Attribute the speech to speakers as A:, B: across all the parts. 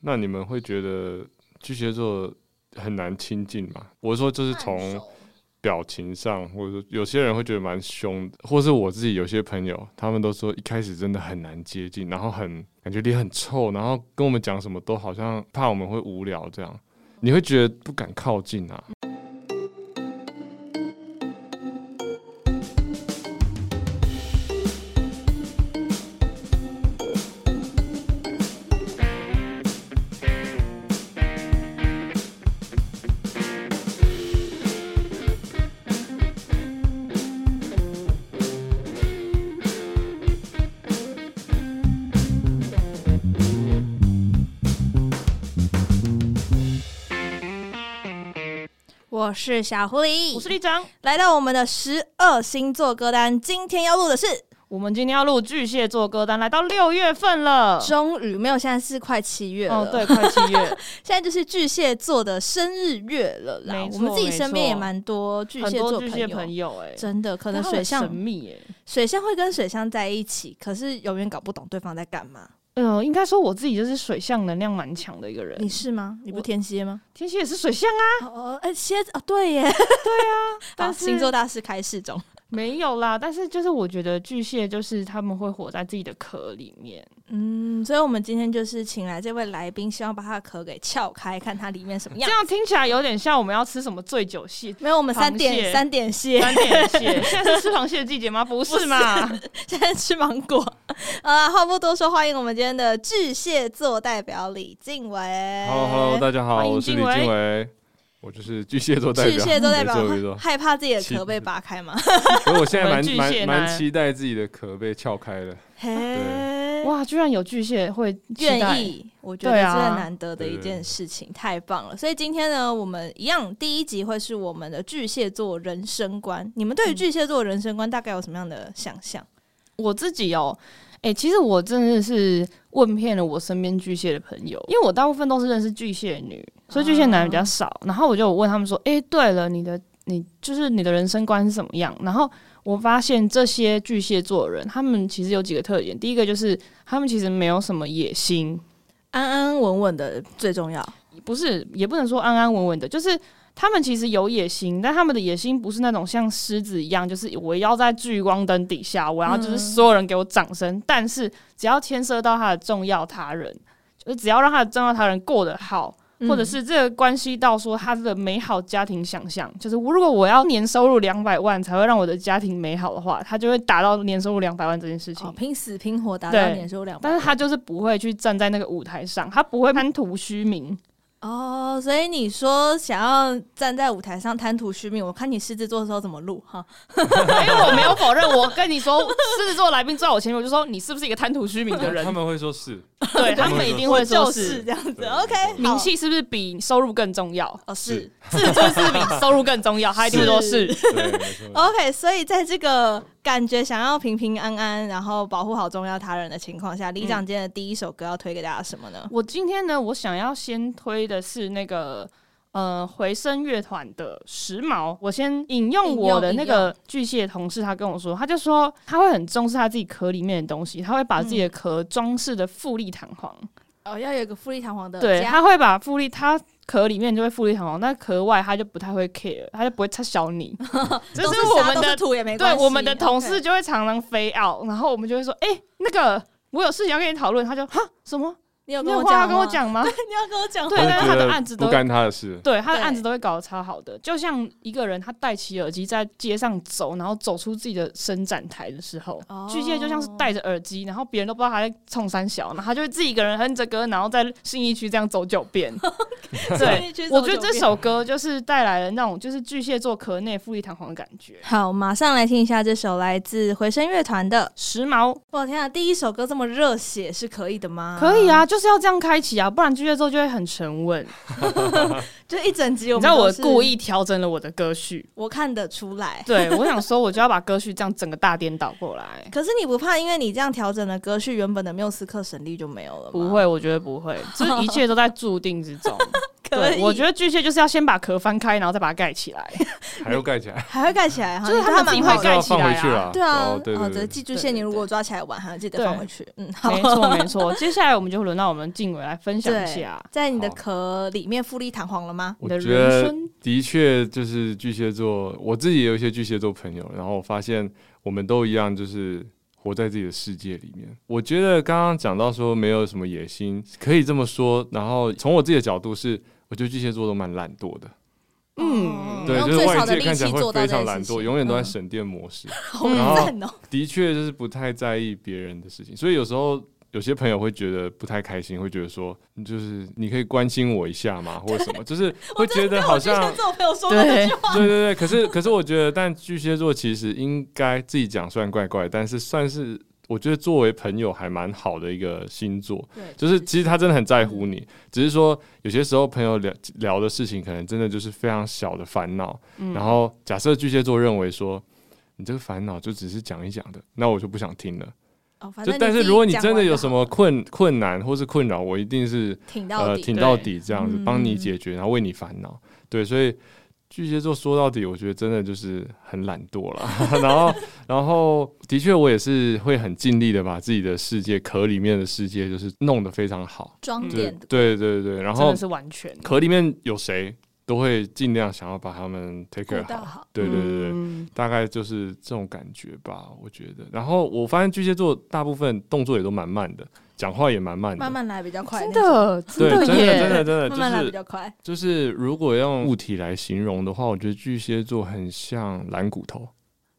A: 那你们会觉得巨蟹座很难亲近吗？我是说，就是从表情上，或者说有些人会觉得蛮凶的，或是我自己有些朋友，他们都说一开始真的很难接近，然后很感觉脸很臭，然后跟我们讲什么都好像怕我们会无聊这样，你会觉得不敢靠近啊？
B: 我是小狐狸，
C: 我是立章。
B: 来到我们的十二星座歌单，今天要录的是，
C: 我们今天要录巨蟹座歌单，来到六月份了。
B: 终于没有，现在是快七月了，
C: 呃哦，对，，快七月，
B: 现在就是巨蟹座的生日月了啦
C: 没。错
B: 我们自己身边也蛮多巨
C: 很
B: 蟹座
C: 多
B: 朋
C: 巨
B: 友，
C: 蟹朋友哎、
B: 真的可
C: 可
B: 能水
C: 神
B: 象
C: 秘哎、
B: 水象会跟水象在一起，可是永远搞不懂对方在干嘛。
C: 嗯、应该说我自己就是水象能量蛮强的一个人。
B: 你是吗？你不
C: 我
B: 天蝎吗？
C: 天蝎也是水象啊，
B: 哦，哎，蝎子哦，对耶， 好，
C: 但是
B: 星座大师开示中。
C: 没有啦。但是就是我觉得巨蟹就是他们会活在自己的壳里面。
B: 嗯，所以我们今天就是请来这位来宾，希望把他的壳给撬开，看它里面什么样、
C: 这。样听起来有点像我们要吃什么醉酒蟹
B: 没有，我们三
C: 螃
B: 点
C: 蟹
B: 三点蟹，
C: 三点 蟹。现在是吃螃蟹的季节吗？不是嘛？
B: 现在吃芒果。好啦，话不多说，欢迎我们今天的巨蟹座代表李静伟。
A: Hello Hello，大家好，
C: 呃欢迎
A: 我是李
C: 静伟
A: 静伟，我就是巨蟹座代表，
B: 巨蟹座代 表
A: 没错没 错，
B: 害怕自己的
A: 气
B: 壳被拔开 吗？
A: 所以我现在蛮
C: 巨蟹
A: 蛮
C: 男
A: 蛮期待自己的壳被撬开的，
B: 嘿，
C: 哇，居然有巨蟹会期待
B: 愿意，我觉得
C: 对
B: 这
C: 啊
B: 是难得的一件事情，太棒了。所以今天呢，我们一样第一集会是我们的巨蟹座人生观。你们对于
C: 嗯
B: 巨蟹座人生观大概有什么样的想象？
C: 我自己哦，哎、其实我真的是问遍了我身边巨蟹的朋友，因为我大部分都是认识巨蟹女，所以巨蟹男比较少。然后我就有问他们说：“哎、对了，你的你就是你的人生观是怎么样？”然后我发现这些巨蟹座的人，他们其实有几个特点。第一个就是他们其实没有什么野心，
B: 安安稳稳的最重要。
C: 不是也不能说安安稳稳的，就是。他们其实有野心，但他们的野心不是那种像狮子一样，就是我要在聚光灯底下，我要就是所有人给我掌声。但是只要牵涉到他的重要他人，就是只要让他的重要他人过得好，或者是这个关系到说他的美好家庭想象，就是我如果我要年收入两百万才会让我的家庭美好的话，他就会达到年收入两百万这件事情。
B: 哦，拼死拼活达到
C: 对
B: 年收两百
C: 但
B: 万，
C: 是他就是不会去站在那个舞台上，他不会贪图虚名，
B: 哦，所以你说想要站在舞台上贪图虚名，我看你狮子座的时候怎么录哈？
C: 因为我 没有否认，我跟你说，狮子座来宾坐在我前面，我就说你是不是一个贪图虚名的人
A: 他？们会说 是，
C: 对他
A: 他们
C: 们
A: 会
C: 一定
A: 说
C: 会说
B: 就是
C: 是。
B: 这样子。
A: 对
B: OK，
C: 名
B: 好
C: 气是不是比收入更重要？
B: 哦是
A: 是
C: 自尊是比收入更重要，他一定会说是。
A: 对，没错。
B: OK，所以在这个感觉想要平平安安，然后保护好重要他人的情况下，李长今天的第一首歌要推给大家什么呢？
C: 我今天呢，我想要先推的是那个呃回声乐团的《时髦》。我先引用我的那个巨蟹同事，他跟我说，他就说他会很重视他自己壳里面的东西，他会把自己的壳装饰的富丽堂皇。
B: 哦，要有一个富丽堂皇的
C: 对，
B: 家
C: 他会把富丽他。壳里面就会富丽堂皇，但壳外他就不太会 care，他就不会插 小你。这
B: 都是
C: 我
B: 沙
C: 们
B: 都是
C: 的
B: 土也没
C: 对
B: 关系。
C: 我们的同
B: OK
C: 事就会常常飞傲，然后我们就会说：“哎、那个我有事情要跟你讨论。”他就哈什么？
B: 你有
C: 你
B: 跟
C: 有
B: 我
C: 话
B: 讲
C: 要
B: 吗？
C: 跟我讲 吗？
B: 你要跟我讲吗？
C: 对但是他的
A: 觉得
C: 案子都
A: 不干他的事，
C: 对，他的案
B: 对
C: 子都会搞得超好的。就像一个人他戴起耳机在街上走，然后走出自己的伸展台的时候，
B: 哦
C: 巨蟹就像是戴着耳机，然后别人都不知道他在冲三小，然后他就会自己一个人哼着歌，然后在信义区这样走九 遍。对，
B: 对
C: 我觉得这首歌就是带来了那种就是巨蟹座壳内富丽堂皇的感觉。
B: 好，马上来听一下这首来自回声乐团的。
C: 时髦
B: 我天啊，第一首歌这么热血是可以的吗？
C: 可以，啊，就是要这样开启啊，不然巨蟹座就会很沉稳。
B: 就一整集我们
C: 你知道我
B: 都是
C: 故，意调整了我的歌序，
B: 我看得出来。
C: 对我想说，我就要把歌序这样整个大颠倒过来。
B: 可是你不怕，因为你这样调整的歌序，原本的缪斯克神力就没有了吗？
C: 不，会，我觉得不会，就是一切都在注定之中。
B: 可以，
C: 我觉得巨蟹就是要先把壳翻开，然后再把它盖起来。
A: 还要盖起 来，
B: 还会盖起来哈，
C: 就是
B: 你
C: 他
B: 对
C: 们
B: 蛮
C: 自己
B: 好
C: 会
A: 还
B: 的
A: 是 要
C: 盖起
A: 放回
C: 来
A: 去
C: 啊
A: 啦。
B: 对啊，
A: 哦对
B: 哦，只
A: 对对，
B: 是寄居蟹，你如果抓起来玩，还要记得
C: 对
B: 放回去。嗯，好，
C: 没错没错。接下来我们就轮到我们静伟来分享一下
B: 在你的
A: 好
B: 壳里面富丽堂皇了吗？
C: 你
A: 我
C: 的
A: 觉
C: 人
A: 得
C: 生。
A: 的确就是巨蟹座，我自己也有一些巨蟹座朋友，然后我发现我们都一样，就是活在自己的世界里面。我觉得刚刚讲到说没有什么野心，可以这么说。然后从我自己的角度是，我觉得巨蟹座都蛮懒惰的，
C: 嗯
A: 对，
B: 哦用
A: 就是
B: 最
A: 外
B: 少的
A: 界
B: 力
A: 看起
B: 气
A: 来
B: 做
A: 会
B: 到
A: 非
B: 这
A: 常
B: 件
A: 懒
B: 事
A: 惰，
B: 情，
A: 永远都在
B: 嗯
A: 省电模式。
B: 好
C: 嗯
B: 赞 哦，
A: 的确就是不太在意别人的事情，所以有时候有些朋友会觉得不太开心，会觉得说，你就是你可以关心我一下嘛，或者什么，就是会觉得好像
B: 我之前跟我朋友说过这
C: 对
B: 句话，
A: 对对对。可是可是我觉得，但巨蟹座其实应该自己讲虽然怪怪，但是算是我觉得作为朋友还蛮好的一个星座，
B: 对
A: 就是其实他真的很在乎你，只是说有些时候朋友聊聊的事情，可能真的就是非常小的烦恼。然后假设巨蟹座认为说。你这个烦恼就只是讲一讲的，那我就不想听了。
B: 哦，反
A: 就
B: 正
A: 但是如果你真的有什
B: 么
A: 么困困难或是困扰，我一定是
B: 挺到
A: 呃
B: 底，
A: 挺到底这样子
B: 嗯，
A: 帮你解决，然后为你烦恼。对，所以巨蟹座说到底，我觉得真的就是很懒惰了。 然后，然后的确，我也是会很尽力的把自己的世界壳里面的世界，就是弄得非常好。
B: 装
A: 对
B: 点的，
A: 对对对，然
C: 真
A: 后
C: 的是完全
A: 壳里面有谁都会尽量想要把他们 take
B: 顾
A: care
B: 到
A: 好。
B: 好，
A: 对对对对。
C: 嗯
A: 大概就是这种感觉吧，我觉得。然后我发现巨蟹座大部分动作也都蛮慢的，讲话也蛮慢的，
B: 慢慢来比较快，
C: 真，的真
A: 对，真的
C: 的
A: 真的
C: 耶，
A: 真的
B: 慢慢来比
A: 就是
B: 较快，
A: 就是，如果用物体来形容的话，我觉得巨蟹座很像蓝骨头，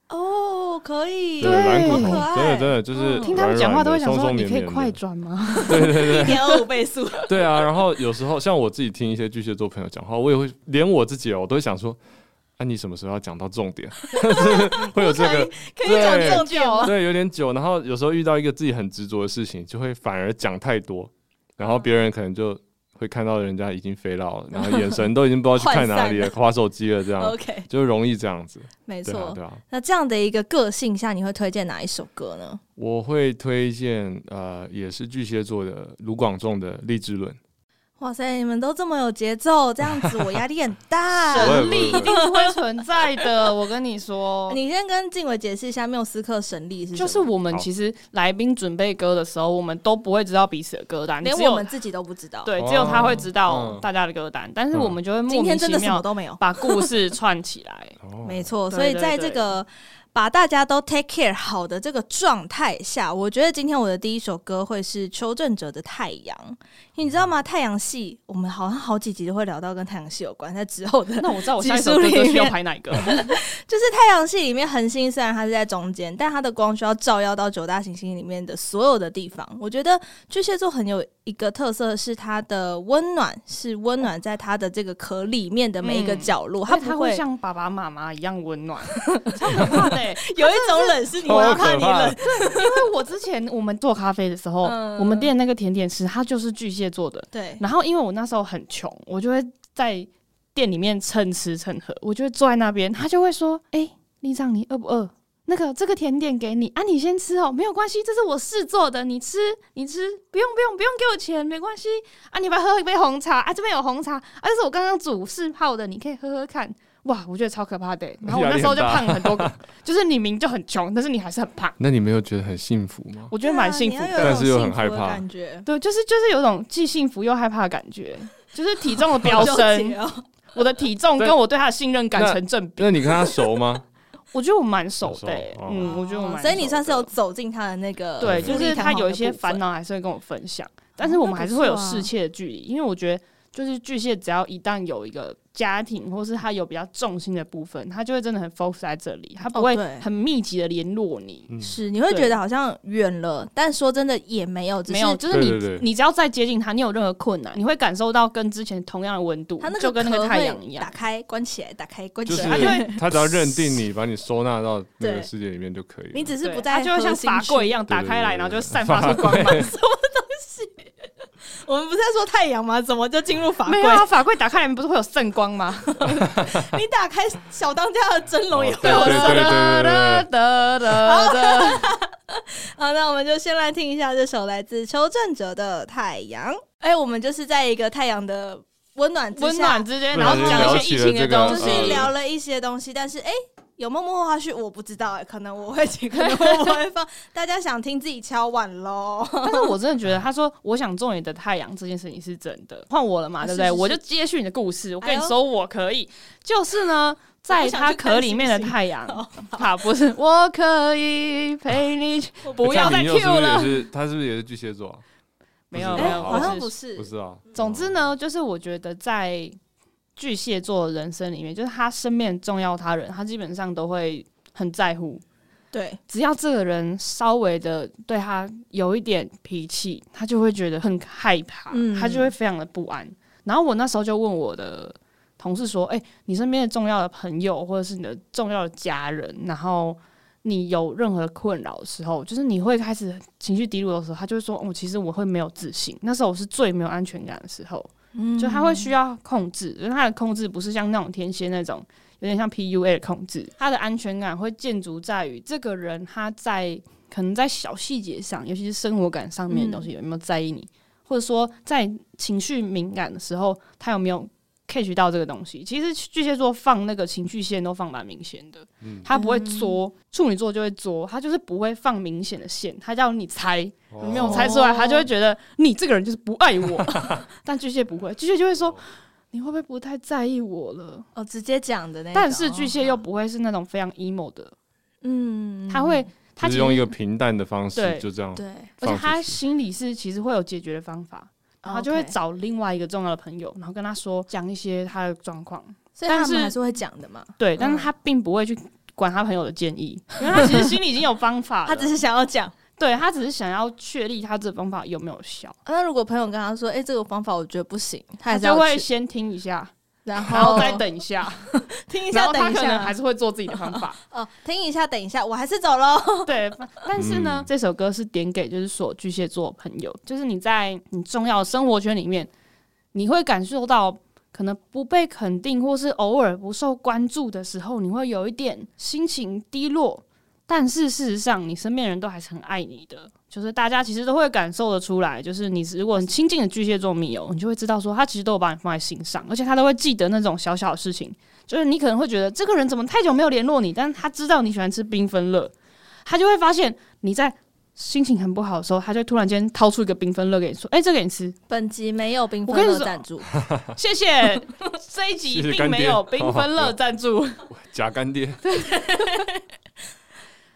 B: 哦，可以，
A: 对，蓝骨头
B: 好可，爱
A: 真的真的就是
B: 嗯
C: 听他们讲话都会想
A: 软
C: 说，
A: 软的
C: 你
A: 松松
C: 可以
A: 绵绵
C: 快
A: 的
C: 转吗？
B: 一点二五倍速，
A: 对啊，然后有时候像我自己听一些巨蟹座朋友讲话，我也会连我自己哦，我都会想说，啊，你什么时候要讲到重 点？会有这个
B: 可以讲
A: 对
B: 这种点吗？
A: 对，有点久。然后有时候遇到一个自己很执着的事情，就会反而讲太多，然后别人可能就会看到人家已经飞到了，然后眼神都已经不知道去看哪 里了，划手机了，这样
B: OK，
A: 就容易这样子。
B: 没
A: 对啊，
B: 错。
A: 对啊。
B: 那这样的一个个性下，你会推荐哪一首歌呢？
A: 我会推荐呃，也是巨蟹座的卢广仲的《励志论》。
B: 哇塞，你们都这么有节奏，这样子我压力很
A: 我
B: 大。
A: 也
C: 神力一定是会存在的， 我跟你说。
B: 你先跟静伟解释一下缪斯克神力是什
C: 就
B: 么，
C: 是我们
A: 好
C: 其实来宾准备歌的时候，我们都不会知道彼此的歌单，
B: 连
C: 只有
B: 我们自己都不知道。
C: 对
A: 哦
C: 只有他会知道
A: 嗯
C: 大家的歌单，但是我们就会莫
B: 今天
C: 名其
B: 真的什么
C: 妙
B: 都没有，
C: 把故事串起来。
A: 哦
B: 没错。
C: 对
B: 所以
C: 对
B: 在
C: 对
B: 这个把大家都 take care 好的这个状态下，我觉得今天我的第一首歌会是邱正哲的《太阳》，你知道
A: 嗯
B: 吗？太阳系，我们好像好几集都会聊到跟太阳系有关，在之后的
C: 那我知道我下一
B: 技
C: 首
B: 术
C: 歌
B: 里
C: 歌需要
B: 面
C: 排哪一个？
B: 就是太阳系里面恒星，虽然它是在中间，但它的光需要照耀到九大行星里面的所有的地方。我觉得巨蟹座很有一个特色是它的温暖，是温暖在它的这个壳里面的每一个角落，它
C: 嗯因为 他
B: 不
C: 会
B: 会
C: 像爸爸妈妈一样温 暖，超可怕的欸、
B: 有一种冷是你
A: 好
B: 我怕
A: 可
B: 你
A: 怕
B: 冷，
C: 因为我之前我们做咖啡的时候，
B: 嗯
C: 我们店那个甜点师他就是巨蟹座的，
B: 对，
C: 然后因为我那时候很穷，我就会在店里面蹭吃蹭喝，我就会坐在那边，他就会说：“哎、丽丈，你饿不饿？那个这个甜点给你啊，你先吃哦，没有关系，这是我试做的，你吃你吃，不用不用不用给我钱，没关系啊，你要不要喝一杯红茶啊，这边有红茶，啊，这是我刚刚煮试泡的，你可以喝喝看。”哇，我觉得超可怕的欸、然后我
A: 压
C: 那
A: 力
C: 时候就
A: 很大
C: 胖了很多个，就是你明明就很穷，但是你还是很胖，
A: 那你没有觉得很幸福吗？
C: 我觉得蛮幸福
B: 对啊
C: 的。
B: 你要有一种
A: 但是又很
B: 幸福
A: 害
B: 的
A: 怕
B: 感觉。
C: 对，就是就是有种既幸福又害怕的感觉，就是体重的 飙
B: 好纠结
C: 升，
B: 哦，
C: 我的体重跟我对他的信任感
A: 那
C: 成正比。
A: 那你跟他熟 吗？
C: 我觉得我蛮熟的、
A: 很熟哦
C: 嗯，我觉得我蛮熟的。
B: 所以你算是有走进他的那个
C: 对，
B: 富
C: 就
B: 丽
C: 是
B: 堂
C: 他
B: 皇
C: 有
B: 的
C: 一些
B: 部
C: 烦
B: 分，
C: 恼还是会跟我分享，但是我们还是会有
B: 那不错啊
C: 世切的距离，因为我觉得就是巨蟹只要一旦有一个家庭，或是他有比较重心的部分，他就会真的很 focus 在这里，他不
B: 哦
C: 会
B: 对
C: 很密集的联络你。
A: 嗯，
B: 是你会
C: 对
B: 觉得好像远了，但说真的也没有，只
C: 没
B: 是
C: 有，就是你
A: 对对对
C: 你只要再接近他，你有任何困难，你会感受到跟之前同样的温度
B: 它那，个
C: 就跟那
B: 壳
C: 个
B: 会
C: 太阳一样
B: 打。开关起来，打开关起
A: 就是
B: 来，
C: 他就会
A: 他只要认定你，把你收纳到那
B: 对
A: 个世界里面就可以了。
B: 你只是
C: 对
B: 不在，
C: 它就会像法柜一
B: 样。
C: 样打开
A: 对对对对
C: 来，然后就散发出光芒。
B: 我们不是在说太阳吗？怎么就进入法柜
C: 没？有啊，法柜打开来不是会有圣光吗？
B: 你打开小当家的蒸笼也 会
A: 对
B: 有
A: 哦。对对对对对
C: 哒哒哒
B: 好，那我们就先来听一下这首来自邱正哲的《太阳》。哎，我们就是在一个太阳的。温暖之下
C: 温暖之间，
A: 不小
C: 然后
A: 心
C: 讲一
A: 聊起
C: 些疫
A: 了
C: 情
A: 这
C: 的
A: 个
C: 东
B: 就
C: 西，
B: 是
A: 嗯
B: 聊了一些东西，但是哎、诶有默默花絮我不知道哎、可能我会 剪，可能我不会放。大家想听自己敲碗喽。
C: 但是我真的觉得，他说我想做你的太阳这件事情是真的，换我了嘛，
B: 啊
C: 对不对？
B: 是是是
C: 我就接续你的故事，我跟
B: 哎
C: 你
B: 呦
C: 说我可以，就是呢，
B: 我
C: 在
B: 不想
C: 他
B: 去看
C: 壳里面的
B: 星星
C: 太阳，啊，不是，我可以陪你去，不要再
A: 哎像你又是
C: Q
A: 不是也
C: 了，
A: 是他是不是也是巨蟹座啊？
C: 没有
A: 不
B: 哎、
A: 是
C: 没有，
B: 好像不
C: 是。
B: 是
A: 哦不，是啊，
C: 总之呢，就是我觉得在巨蟹座的人生里面，就是他身边的重要他人，他基本上都会很在乎，
B: 对，
C: 只要这个人稍微的对他有一点脾气，他就会觉得很害怕，
B: 嗯
C: 他就会非常的不安。然后我那时候就问我的同事说：“哎、你身边的重要的朋友或者是你的重要的家人，然后你有任何困扰的时候，就是你会开始情绪低落的时候，他就会说：‘哦，其实我会没有自信。’那时候我是最没有安全感的时候，
B: 嗯
C: 就他会需要控制，因为他的控制不是像那种天蝎那种有点像 PUA 的控制，他的安全感会建筑在于这个人他在可能在小细节上，尤其是生活感上面的东西有没有在意你，或者说在情绪敏感的时候他有没有 catch 到这个东西。其实巨蟹座放那个情绪线都放蛮明显的，
A: 嗯
C: 他不会作，处女座就会作，他就是不会放明显的线，他叫你猜，
A: 哦
C: 你没有猜出来，他就会觉得你这个人就是不爱我。
A: 哦
C: 但巨蟹不会，巨蟹就会说你会不会不太在意我了？
B: 哦直接讲的那种。哦
C: 但是巨蟹又不会是那种非常 emo 的，
B: 嗯，
C: 他会他
A: 就
C: 其
A: 是用一个
C: 实
A: 平淡的方式
C: 对
A: 就这样，
B: 对，
C: 而且他
A: 放出去
C: 心里是其实会有解决的方法，然后就会
B: 哦 OK，
C: 找另外一个重要的朋友，然后跟他说讲一些他的状况。
B: 所以他
C: 但是
B: 们还是会讲的嘛。
C: 对，但是他并不会去管他朋友的建 议，因为他其实心里已经有方法了。
B: 他只是想要讲。
C: 对他只是想要确立他这方法有没有效，
B: 啊那如果朋友跟他说：“哎、这个方法我觉得不行”，他
C: 他
B: 还是
C: 就
B: 要
C: 会
B: 去
C: 先听一下，
B: 然
C: 然后
B: 后
C: 再等一下。
B: 听一
C: 然
B: 下，啊
C: 后他
B: 等一
C: 可能
B: 下，
C: 还是会做自己的方 法。
B: 哦，听一下，等一下，我还是走喽。
C: 对，但是
A: 嗯
C: 呢，这首歌是点给就是所有巨蟹座朋友，就是你在你重要的生活圈里面，你会感受到可能不被肯定，或是偶尔不受关注的时候，你会有一点心情低落。但是事实上，你身边人都还是很爱你的，就是大家其实都会感受得出来。就是你如果很亲近的巨蟹座密友，你就会知道说他其实都有把你放在心上，而且他都会记得那种小小的事情。就是你可能会觉得这个人怎么太久没有联络你，但是他知道你喜欢吃缤纷乐，他就会发现你在心情很不好的时候，他就突然间掏出一个缤纷乐给你说：“哎、这给你吃，
A: 嗯
B: 本集没有缤
C: 我
B: 纷
C: 跟你
B: 乐
C: 说
B: 赞 助，
C: 谢谢。”这一集
A: 谢谢
C: 并
A: 干
C: 没
A: 爹
C: 有缤纷乐赞助，
A: 假干爹，
B: 但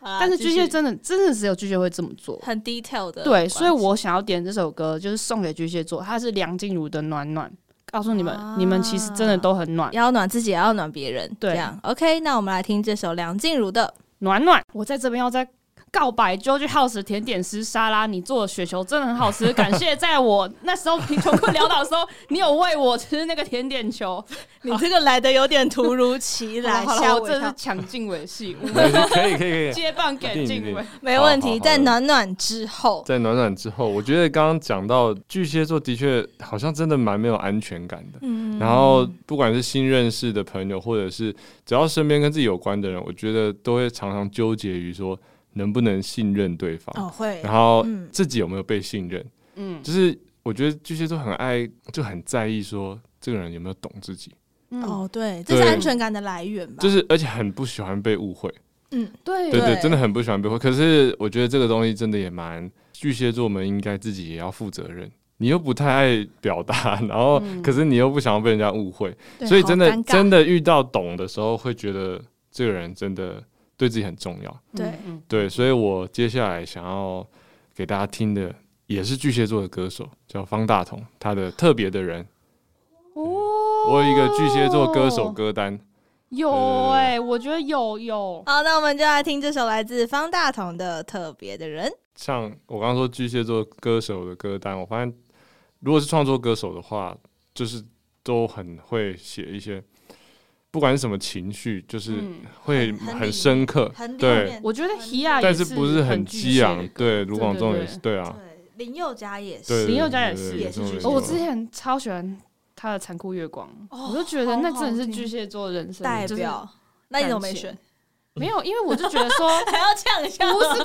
C: 但是巨蟹真的真的只有巨蟹会这么做。
B: 很 detail 的关
C: 对，
B: 系，
C: 所以我想要点这首歌，就是送给巨蟹座，它是梁静茹的《暖暖》，告诉你们，
B: 啊
C: 你们其实真的都很暖。
B: 要暖自己，也要暖别人。
C: 对
B: 这样 OK。那我们来听这首梁静茹的
C: 暖暖，我在这边要再告白 George House 的甜点师沙拉，你做的雪球真的很好吃，感谢在我 那时候贫穷困潦倒的时候，你有喂我吃那个甜点球。
B: 你这个来的有点突如其来，
C: 好了
B: 吓
C: 好了
B: 哦我一
C: 我这是
B: 跳。
C: 抢敬伟系，我
A: 没事 可以可以可以，
C: 接棒给
A: 一定
C: 敬
A: 一
C: 伟
A: 定。
B: 没问
A: 好
B: 题，
A: 好好
B: 在暖暖之后，
A: 在暖暖之后，我觉得刚刚讲到巨蟹座的确好像真的蛮没有安全感的。
B: 嗯
A: 然后不管是新认识的朋友，或者是只要身边跟自己有关的人，我觉得都会常常纠结于说能不能信任对方，
B: 哦会，
A: 然后
B: 嗯
A: 自己有没有被信任。
C: 嗯
A: 就是我觉得巨蟹座很爱，就很在意说这个人有没有懂自己，
C: 嗯，
B: 哦对，这是
A: 对
B: 安全感的来源吧？
A: 就是而且很不喜欢被误会。
B: 嗯，
C: 对
A: 对对，
B: 对
A: 真的很不喜欢被会。可是我觉得这个东西真的也蛮巨蟹座们应该自己也要负责任。你又不太爱表达， 然后、可是你又不想要被人家误会，
B: 嗯对
A: 所以真
B: 好
A: 的
B: 尴尬
A: 真的遇到懂的时候，会觉得这个人真的对自己很重要。
B: 对
C: 嗯，
A: 对，所以我接下来想要给大家听的也是巨蟹座的歌手，叫方大同，他的《特别的人》。我有一个巨蟹座歌
B: 哦
A: 手歌单，
C: 有哎，我觉得有有，
B: 好，那我们就来听这首来自方大同的《特别的人》。
A: 像我刚刚说巨蟹座歌手的歌单，我发现如果是创作歌手的话，就是都很会写一些，不管是什么情绪，就是
C: 嗯
A: 会
B: 很很
A: 很
B: 理
A: 深刻，
B: 很里
A: 对，
B: 面
C: 我觉得 Hia
A: 但
C: 是
A: 是不是很激昂
C: 很巨蟹的？歌
A: 对，卢广仲
C: 对对
A: 也是，对啊，
B: 对，林宥嘉也是，
A: 对，
C: 林
A: 对
C: 宥嘉也
A: 对
C: 是
A: 对
B: 也是
A: 没错
B: 巨蟹
C: 哦
A: 没
C: 我
A: 错
C: 之前超喜欢他的《残酷月光》，
B: 哦
C: 我就觉得那
B: 好好
C: 真的是
B: 听
C: 巨蟹座人生
B: 代
C: 就是
B: 表。那你怎么没
C: 感情
B: 选？
A: 嗯
C: 没有，因为我就觉得说
B: 还要呛一下
C: 不是靠，因为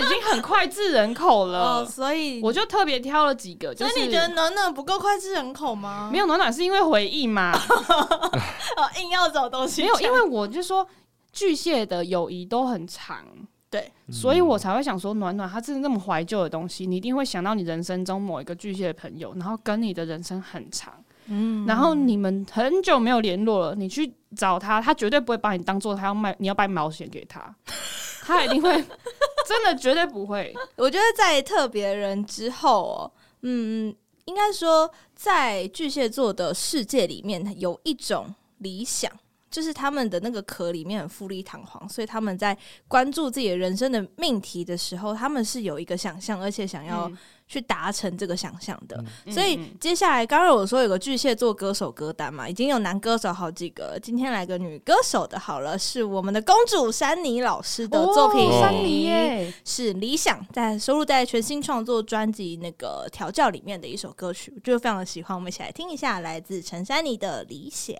C: 这已经很脍炙人口了。
B: 哦，所以
C: 我就特别挑了几个，就
B: 所
C: 是
B: 以你觉得暖暖不够脍炙人口吗？
C: 没有暖暖是因为回忆嘛？
B: 哦，硬要找东西
C: 没
B: 讲，
C: 有，因为我就说巨蟹的友谊都很长，
B: 对，
C: 所以我才会想说暖暖，它真的那么怀旧的东西，你一定会想到你人生中某一个巨蟹的朋友，然后跟你的人生很长，
B: 嗯
C: 然后你们很久没有联络了，你去找他，他绝对不会把你当做他要卖，你要卖保险 给他，他一定会真的绝对不会。
B: 我觉得在特别人之后哦，嗯，应该说在巨蟹座的世界里面有一种理想。就是他们的那个壳里面很富丽堂皇，所以他们在关注自己的人生的命题的时候，他们是有一个想象，而且想要
C: 嗯
B: 去达成这个想象的。
C: 嗯
B: 所以
C: 嗯
B: 接下来，刚刚我说有个巨蟹座歌手歌单嘛，已经有男歌手好几个了，今天来个女歌手的好了，是我们的公主珊妮老师的作品，
C: 哦
A: 珊
C: 山
A: 妮
C: 泥耶，
B: 是《理想》在收录在全新创作专辑那个调教里面的一首歌曲，我就非常的喜欢。我们一起来听一下，来自陈珊妮的《理想》。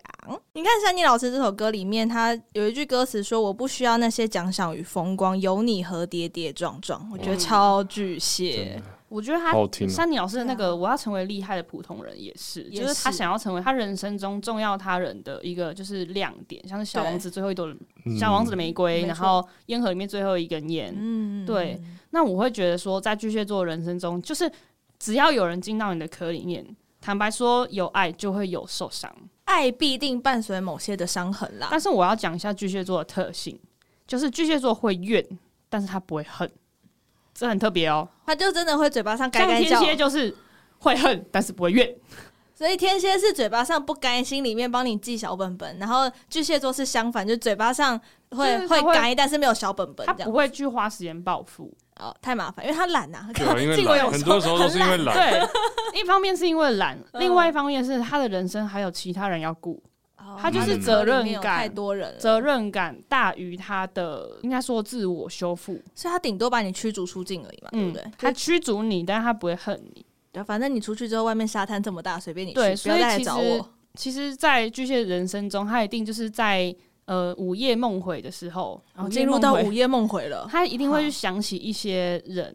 B: 你看珊妮老师这首歌里面，她有一句歌词说：“我不需要那些奖赏与风光，有你和跌跌撞撞。”我觉
C: 嗯
B: 得超巨蟹，
C: 我觉得他
A: 好听哦
C: 山尼老师的那
B: 对啊
C: 个“我要成为厉害的普通人”也是，
B: 也
C: 就是他
B: 是
C: 想要成为他人生中重要他人的一个就是亮点，像是小
B: 对
C: 王子最后一朵
A: 嗯
C: 小王子的玫瑰，
B: 没
C: 然
B: 错
C: 后烟盒里面最后一根烟。
B: 嗯，
C: 对，那我会觉得说，在巨蟹座人生中，就是只要有人进到你的壳里面，坦白说，有爱就会有受伤。
B: 爱必定伴随某些的伤痕啦。
C: 但是我要讲一下巨蟹座的特性，就是巨蟹座会怨，但是他不会恨，这很特别哦。
B: 他就真的会嘴巴上该
C: 像
B: 该
C: 天
B: 叫，
C: 蝎就是会恨，但是不会怨。
B: 所以天蝎是嘴巴上不甘心，里面帮你记小本本，然后巨蟹座是相反，就嘴巴上会
C: 就是他
B: 会
C: 会
B: 该，但是没有小本本
C: 他
B: 这
C: 不
B: 样。
C: 会去花时间报复。
B: 哦，太麻烦，因为他懒呐、
A: 对 啊，因 为
B: 这个我有
A: 懒，很多时候都是因为懒。
C: 对，一方面是因为懒，
B: 嗯
C: 另外一方面是他的人生还有其他人要顾，
B: 哦
C: 他
A: 就是
B: 嗯
C: 责任感
B: 里面有太多人了，
C: 责任感大于他的应该说自我修复。
B: 所以他顶多把你驱逐出境而已嘛，对
C: 嗯
B: 不对，？
C: 他
B: 就
C: 驱逐你，但他不会恨你。
B: 对反正你出去之后，外面沙滩这么大，随便你去，
C: 对
B: 不要
C: 所以
B: 再来
C: 其
B: 找
C: 实
B: 我。
C: 其实，在巨蟹人生中，他一定就是在呃午夜梦回的时候，
B: 然后
C: 午
B: 哦
C: 夜
B: 进入到
C: 梦回
B: 午夜梦回了，
C: 他一定会
B: 好
C: 去想起一些人，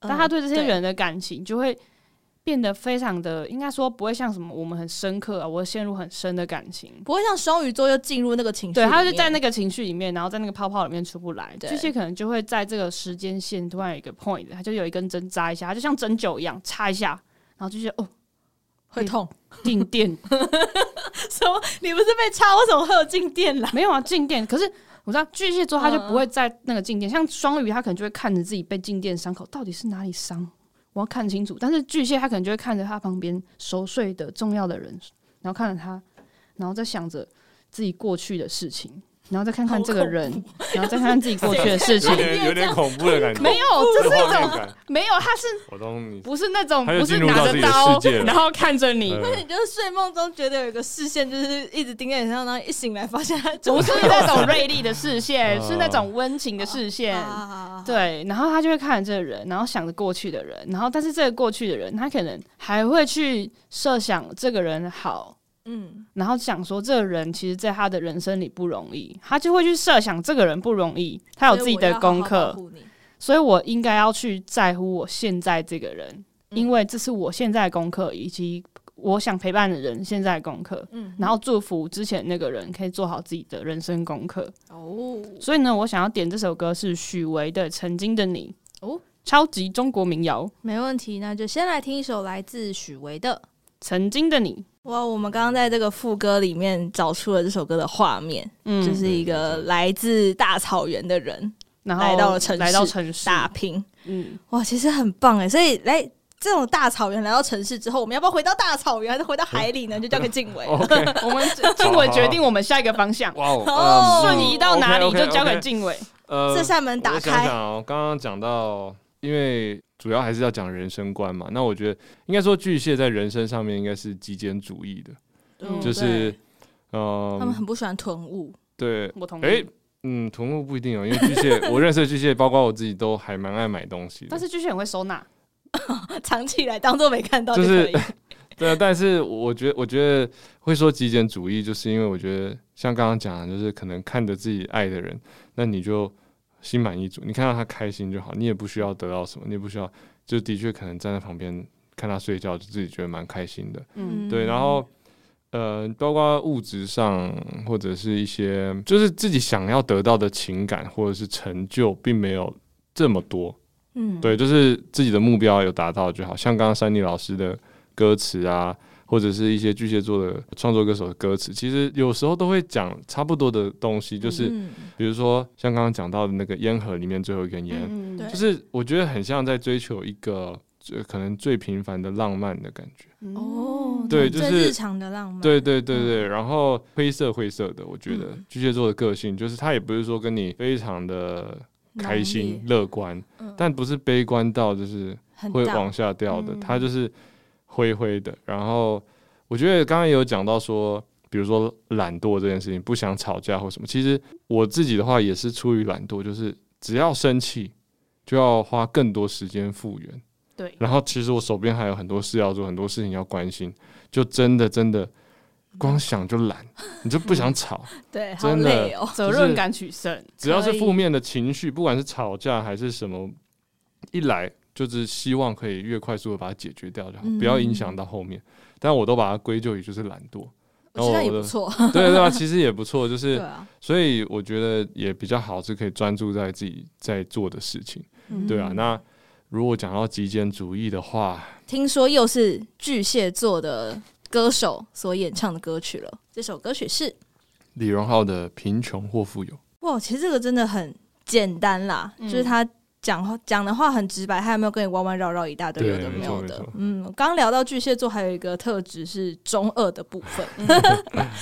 B: 嗯
C: 但他对这些人的感情就会变得非常的，应该说不会像什么我们很深刻啊，我会陷入很深的感情。
B: 不会像双鱼座又进入那个情绪里
C: 对，
B: 面，
C: 他就在那个情绪里面，然后在那个泡泡里面出不来。
B: 对
C: 巨蟹可能就会在这个时间线突然有一个 point，他就有一根针扎一下，他就像针灸一样插一下，然后就觉得哦，
B: 会痛。
C: 静电
B: 什么？你不是被插？为什么会有静电啦？
C: 没有啊，静电。可是我知道巨蟹座他就
B: 嗯
C: 不会在那个静电，像双鱼他可能就会看着自己被静电伤口到底是哪里伤，我要看清楚。但是巨蟹他可能就会看着他旁边熟睡的重要的人，然后看着他，然后再想着自己过去的事情。然后再看看这个人，然后再看看自己 过去的事情
A: 有，点有点恐怖的感觉，
C: 没有，这是一
A: 画面
C: 种
A: 感。
C: 没有，他是
A: 我懂你，
C: 不是那种
A: 他就
C: 不是
A: 进入到
C: 拿
A: 自
C: 着
A: 己的
C: 刀
A: 世界了
C: 然后看着你？
A: 嗯
B: 你就是睡梦中觉得有一个视线，就是一直盯在你身上，然后一醒来发现它
C: 不是那种锐利的视 线，
A: 哦
C: 是那种温情的视线。
B: 啊，
C: 对，然后他就会看着这个人，然后想着过去的人，然后但是这个过去的人，他可能还会去设想这个人好，
B: 嗯，
C: 然后想说这个人其实在他的人生里不容易，他就会去设想这个人不容易，他有自己的
B: 所以我要好
C: 功
B: 好
C: 课
B: 保，护你。
C: 所以我应该要去在乎我现在这个人，
B: 嗯
C: 因为这是我现在的功课，以及我想陪伴的人现在的功课。
B: 嗯
C: 然后祝福之前那个人可以做好自己的人生功课。
B: 哦，
C: 所以呢，我想要点这首歌是许巍的《曾经的你》
B: 哦
C: 哦，超级中国民谣《
B: 没问题，那就先来听一首来自许巍的。
C: 曾经的你》。
B: 哇，我们刚刚在这个副歌里面找出了这首歌的画面，
C: 嗯，
B: 就是一个来自大草原的人
C: 然后
B: 来到了城市
C: 来到城市，
B: 打拼。
C: 嗯，
B: 哇，其实很棒哎，所以来。这种大草原来到城市之后，我们要不要回到大草原，还是回到海里呢？就交给静伟。
A: OK，
C: 我们静伟决定我们下一个 方向，
A: 哇
B: 哦
A: 哦，
C: 瞬移到哪里
A: OK，OK，
C: 就交给
A: OK
C: 静伟。
A: 呃，
B: 这扇门打
A: 我想
B: 开
A: 想，哦，刚刚讲到，因为主要还是要讲人生观嘛。那我觉得应该说巨蟹在人生上面应该是极简主义的，
B: 嗯
A: 就是
B: 他们
A: 呃，
B: 很不喜欢囤物，
A: 对，
C: 我同意。
A: 诶，嗯，囤物不一定哦，因为巨 蟹，我认识的巨蟹，包括我自己，都还蛮爱买东西的。
C: 但是巨蟹很会收纳，
B: 藏起来当做没看到
A: 就
B: 可
A: 是
B: 以。
A: 对啊，但是我觉得，我觉得会说极简主义，就是因为我觉得像刚刚讲的，就是可能看着自己爱的人，那你就心满意足，你看到他开心就好，你也不需要得到什么，你也不需要，就的确可能站在旁边看他睡觉，就自己觉得蛮开心的。
C: 嗯，
A: 对，然后呃，包括物质上或者是一些就是自己想要得到的情感或者是成就，并没有这么多。
B: 嗯，
A: 对，就是自己的目标有达到就好，像刚刚珊妮老师的歌词啊，或者是一些巨蟹座的创作歌手的歌词，其实有时候都会讲差不多的东西，就是
B: 嗯
A: 比如说像刚刚讲到的那个烟盒里面最后一根烟，
C: 嗯
B: 对
A: 就是我觉得很像在追求一个。呃可能最平凡的浪漫的感觉，
B: 哦，
A: 对
B: 懂
A: 就
B: 最
A: 是
B: 日常的浪漫，
A: 对对对对，然后灰色灰色的，我觉得
B: 嗯
A: 巨蟹座的个性就是他也不是说跟你非常的
B: 浓
A: 开
B: 烈
A: 心，乐观，
B: 嗯
A: 但不是悲观到就是
B: 很
A: 会
B: 大
A: 往下掉的
B: 嗯，
A: 它就是灰灰的。然后我觉得刚刚也有讲到说，比如说懒惰这件事情，不想吵架或什么。其实我自己的话也是出于懒惰，就是只要生气就要花更多时间复原。
C: 对，
A: 然后其实我手边还有很多事要做，很多事情要关心，就真的真的光想就 懒，你就不想吵。
B: 对，好
A: 真的
B: 累哦，
C: 责任感取胜，
A: 只要是
B: 可以
A: 负面的情绪，不管是吵架还是什么，一来就是希望可以越快速的把它解决掉就好，
B: 嗯
A: 不要影响到后面。但我都把它归咎于就是懒惰，哦
B: 我觉得
A: 然后我
B: 也不
A: 的
B: 错，
A: 对对啊， 其实也不错，就
B: 对
A: 是
B: 啊，
A: 所以我觉得也比较好，是可以专注在自己在做的事情，对啊。
B: 嗯
A: 那如果讲到极简主义的话，
B: 听说又是巨蟹座的歌手所演唱的歌曲了，这首歌曲是
A: 李荣浩的《贫穷或富有》，
B: 哇，其实这个真的很简单啦，
C: 嗯
B: 就是他讲话讲的话很直白，他有没有跟你弯弯绕绕一大堆
A: 对
B: 有的没有
A: 没错没
B: 的
A: 错？
B: 嗯，刚聊到巨蟹座还有一个特质是中二的部分，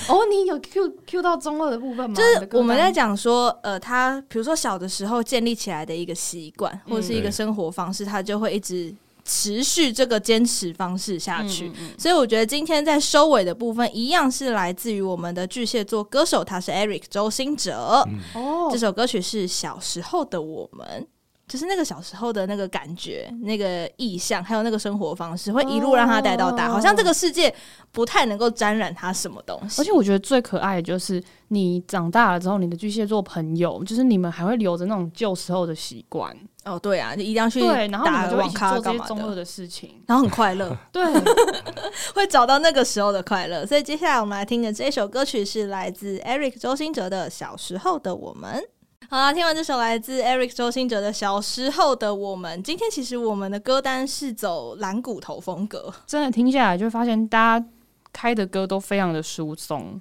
C: 哦，你有 Q Q 到中二的部分吗？
B: 就是
C: 你的
B: 我们
C: 歌
B: 在
C: 单
B: 讲说，呃，他比如说小的时候建立起来的一个习惯或者是一个
A: 对
B: 生活方式，他就会一直持续这个坚持方式下去。
C: 嗯嗯嗯
B: 所以我觉得今天在收尾的部分，一样是来自于我们的巨蟹座歌手，他是 Eric 周兴哲。
C: 哦
B: 这，首歌曲嗯是《小时候的我们》，就是那个小时候的那个感觉、那个意象，还有那个生活方式，会一路让他带到大，
C: 哦
B: 好像这个世界不太能够沾染他什么东西。
C: 而且我觉得最可爱的就是你长大了之后，你的巨蟹座朋友，就是你们还会留着那种旧时候的习惯，
B: 哦，对啊，就一定要去
C: 对，然后你
B: 打
C: 们就会一
B: 网
C: 起
B: 咖
C: 做这
B: 干
C: 些
B: 嘛
C: 中二
B: 的，
C: 的 事情。
B: 然后很快 乐，
C: 对，
B: 会找到那个时候的快乐。所以接下来我们来听的这首歌曲是来自 Eric 周兴哲的《小时候的我们》。好啦，听完这首来自 Eric 周兴哲的《小时候的我们》，今天其实我们的歌单是走蓝骨头风格，
C: 真的听下来就会发现，大家开的歌都非常的疏松，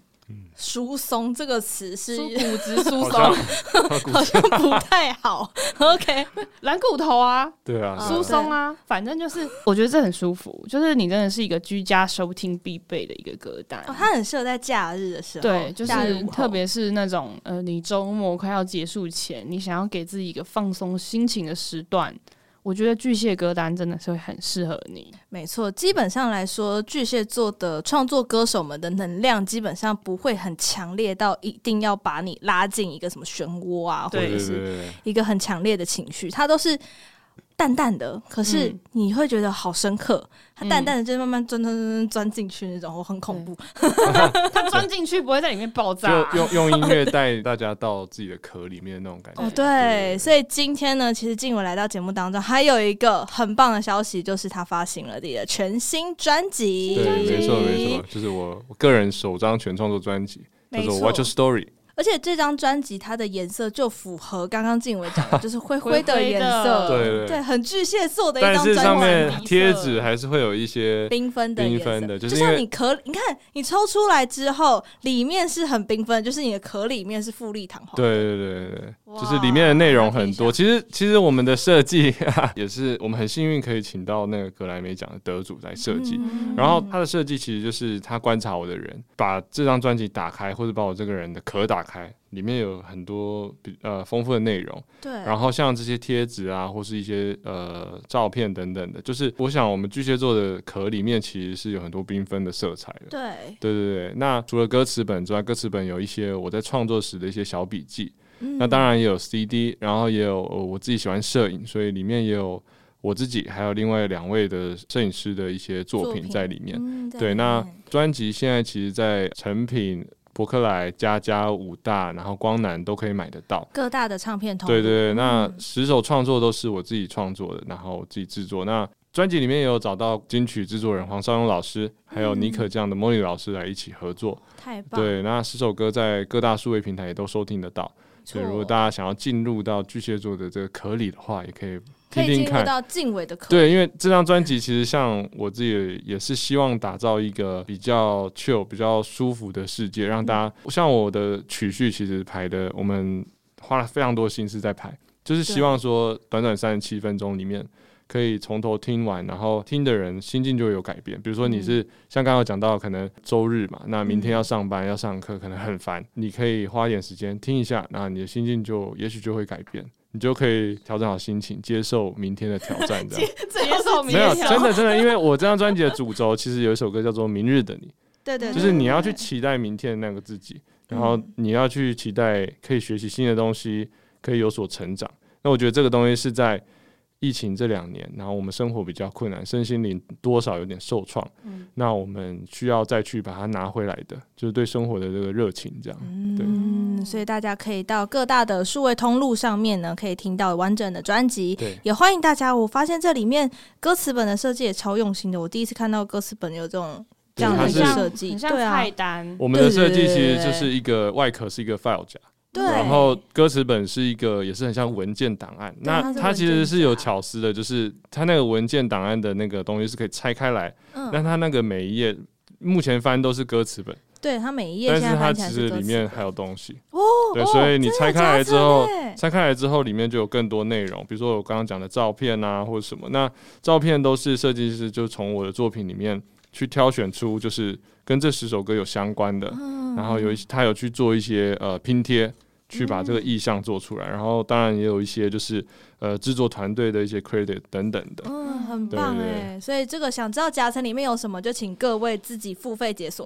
B: 疏松这个词是
C: 疏骨质疏
A: 好
C: 松
A: 像，
B: 好像不太 好。OK，
C: 蓝骨头啊，
A: 对啊，
B: 嗯
C: 疏松啊，反正就是我觉得这很舒服， 就是你真的是一个居家收听必备的一个歌单。
B: 哦，它很适合在假日的时候，
C: 对，就是
B: 假日午后
C: 特别是那种呃，你周末快要结束前，你想要给自己一个放松心情的时段，我觉得巨蟹歌单真的是会很适合 你。
B: 没错，基本上来说，巨蟹座的创作歌手们的能量基本上不会很强烈到一定要把你拉进一个什么漩涡啊，或
C: 对
A: 对
B: 者
A: 对对
B: 是
A: 对，
B: 一个很强烈的情绪，它都是淡淡的，可是
C: 嗯
B: 你会觉得好深刻。它
C: 嗯
B: 淡淡的就慢慢钻钻钻钻钻进去那种，我很恐怖。
C: 它钻进去不会在里面爆炸、
A: 就 用用音乐带大家到自己的壳里面那种感觉。
B: 哦，对，所以今天呢，其实静文来到节目当中，还有一个很棒的消息，就是他发行了自己的全新专辑。
A: 对，没错没错，就是我我个人首张全创作专辑，叫
B: 没
A: 做《
B: 错
A: Watch a Story》。
B: 而且这张专辑它的颜色就符合刚刚静伟 讲的，就是灰灰的
C: 灰灰的
B: 颜色，
A: 对对
B: 对，很巨蟹座的一
A: 但
B: 张
A: 是
B: 专
A: 上
B: 辑，
A: 面贴纸还是会有一些，
B: 缤纷的颜
A: 缤
B: 色，
A: 纷的
B: 就
A: 就是因为
B: 像你壳，你看你抽出来之后，里面是很缤纷，就是你的壳里面是富丽堂皇，
A: 对，对对对对，
B: 哇
A: 就是里面的内容很
C: 我
A: 多。其实其实我们的设计啊也是我们很幸运可以请到那个格莱美奖的得主来设计。
B: 嗯
A: 然后他的设计其实就是他观察我的人，把这张专辑打开，或者把我这个人的壳打开，里面有很多比呃丰富的内容。
B: 对，
A: 然后像这些贴纸啊，或是一些呃照片等等的，就是我想我们巨蟹座的壳里面其实是有很多缤纷的色彩的。
B: 对，
A: 对对对，那除了歌词本之外，歌词本有一些我在创作时的一些小笔记，
B: 嗯
A: 那当然也有 CD，然后也有、呃我自己喜欢摄影，所以里面也有我自己还有另外两位的摄影师的一些作品在里面。
B: 嗯，
A: 对，那专辑现在其实，在成品、博客来、佳佳、武大，然后光南都可以买得到。
B: 各大的唱片通
A: 对对对，那
B: 嗯
A: 十首创作都是我自己创作的，然后我自己制作。那专辑里面也有找到金曲制作人黄少勇老师，还有
B: 嗯
A: 妮可这样的 Molly 老师来一起合作。
B: 太棒，
A: 对，那十首歌在各大数位平台也都收听得到。所以如果大
B: 家
A: 家想要进入到巨蟹座的这个壳里的话，也可以
B: 可
A: 听
B: 以
A: 听
B: 进入
A: 看。
B: 到静伟的课，
A: 对，因为这张专辑其实像我自己也是希望打造一个比较 chill、比较舒服的世界，让大家、像我的曲序其实排的，我们花了非常多心思在排，就是希望说短短三十七分钟里面。可以从头听完，然后听的人心境就会有改变。比如说你是、像刚刚有讲到，可能周日嘛，那明天要上班、要上课，可能很烦，你可以花一点时间听一下，那你的心境就也许就会改变，你就可以调整好心情，接受明天的挑战。这样
B: 这
C: 接受
B: 明
A: 没有，
C: 明天
A: 真的真的，因为我这张专辑的主轴其实有一首歌叫做《明日的你
B: 对对，》，
A: 就是你要去期待明天的那个自己，然后你要去期待可以学习新的东西，可以有所成长。那我觉得这个东西是在疫情这两年，然后我们生活比较困难，身心灵多少有点受创，
C: 嗯，
A: 那我们需要再去把它拿回来的，就是对生活的这个热情这样。对
B: 嗯，所以大家可以到各大的数位通路上面呢，可以听到完整的专辑。
A: 对，
B: 也欢迎大家，我发现这里面歌词本的设计也超用心的，我第一次看到歌词本有这种这样
A: 它
B: 的
C: 很
A: 是
C: 像
B: 设计，
C: 很像
B: 对啊
C: 菜，单，
A: 我们的设计
B: 对对
A: 其
B: 对
A: 实就是一个外壳是一个 file 夹，
B: 对，
A: 然后歌词本是一个也是很像文件档案。那
B: 它是
A: 它其实是
B: 文件
A: 有
B: 夹
A: 巧思的，就是它那个文件档案的那个东西是可以拆开来，那
B: 嗯，
A: 它那个每一页。目前翻都是歌词本，
B: 对，它每一页
A: 但
B: 现
A: 是
B: 在
A: 它
B: 翻起
A: 其
B: 来
A: 实
B: 是歌
A: 里
B: 词
A: 面还有东西。
B: 哦，
A: 对
B: 哦
A: 所以你
B: 真的
A: 拆开来之后
B: 假的耶
A: 拆开来之后，里面就有更多内容，比如说我刚刚讲的照片啊，或者什么。那照片都是设计师就从我的作品里面去挑选出，就是跟这十首歌有相关的，
B: 嗯
A: 然后有一些他有去做一些呃拼贴，去把这个意象做出来。然后当然也有一些就是呃制作团队的一些 credit 等等 的。
B: 嗯，很棒
A: 对对对
B: 哎！所以这个想知道夹层里面有什么，就请各位自己付费解锁。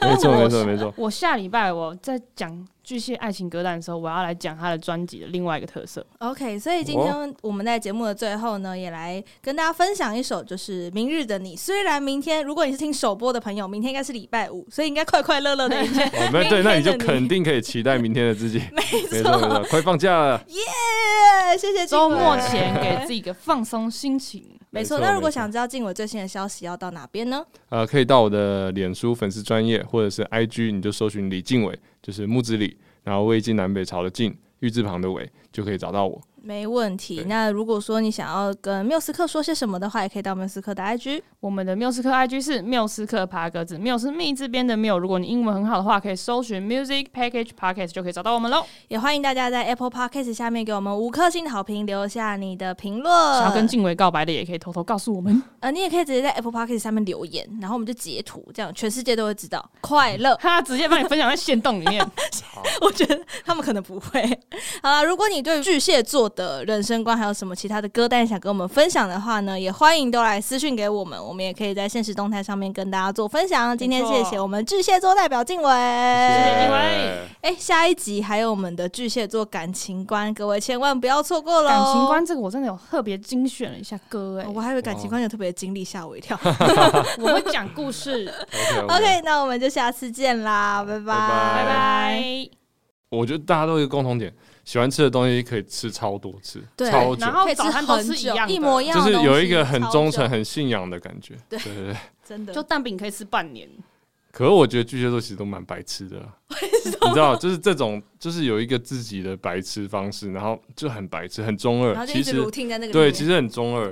A: 没错，没错，没 错。
C: 我下礼拜我在讲巨蟹爱情歌单的时候，我要来讲他的专辑的另外一个特色。
B: OK，所以
A: 哦
B: 今天我们在节目的最后呢，也来跟大家分享一首，就是《明日的你》。虽然明天，如果你是听首播的朋友，明天应该是礼拜五，所以应该快快乐乐的一天。
A: 我们哦对，那你就
B: 明天的你
A: 肯定可以期待明天的自己。
B: 没
A: 没错，没错，快放假了。
B: 耶！谢谢静
C: 周
B: 伟
C: 末前给自己一个放松心情。
B: 没
A: 没错
B: 错。那如果
A: 没错
B: 想知道静伟最新的消息，要到哪边呢？
A: 呃，可以到我的脸书粉丝专业或者是 IG，你就搜寻李静伟，就是木子李，然后魏晋南北朝的晋，玉字旁的伟，就可以找到我。
B: 没问题
A: 对。
B: 那如果说你想要跟缪斯克说些什么的话，也可以到缪斯克的 IG。
C: 我们的缪斯克 IG 是缪斯克爬格子，缪是密字边的缪。如果你英文很好的话，可以搜寻 Music Package Podcast 就可以找到我们喽。
B: 也欢迎大家在 Apple Podcast 下面给我们五颗星的好评，留下你的评论。
C: 想要跟静伟告白的，也可以偷偷告诉我们。
B: 呃，你也可以直接在 Apple Podcast 下面留言，然后我们就截图，这样全世界都会知道。快乐，
C: 哈，直接帮你分享在线洞里面。
B: 我觉得他们可能不会。好啦，如果你对巨蟹座的人生观还有什么其他的歌单想跟我们分享的话呢，也欢迎都来私讯给我们，我们也可以在现实动态上面跟大家做分享。今天谢谢我们巨蟹座代表静伟，
C: 谢
B: 哎、
C: 静伟
B: 下一集还有我们的巨蟹座感情观，各位千万不要错过喽！
C: 感情观这个我真的有特别精选了一下歌哎、
B: 哦我还以为感情观有特别的经历，吓我一跳。
C: 我会讲故事，
A: OK，OK。
B: OK，那我们就下次见啦，拜拜，
C: 拜
A: 拜
C: 拜。
A: 我觉得大家都有一个共同点，喜欢吃的东西可以吃超多次，
B: 对
A: 超久
C: 然，后
B: 可以吃
C: 早餐都
B: 很
C: 是一
B: 久，
C: 样的，
B: 一模一样
A: 就
B: 的东
A: 是
B: 西，
A: 有一个很忠
B: 超
A: 诚、
B: 久，
A: 很信仰的感觉。对对对。
B: 真的
C: 就蛋饼可以吃半年。
A: 可是我觉得巨蟹座其实都蛮白痴的 啊、你知道，就是这种，就是有一个自己的白痴方式，然后就很白痴，很中
B: 然
A: 二。
B: 后就
A: 其
B: 一直
A: 实
B: routine 在那个里
A: 对，
B: 面
A: 其实很中二，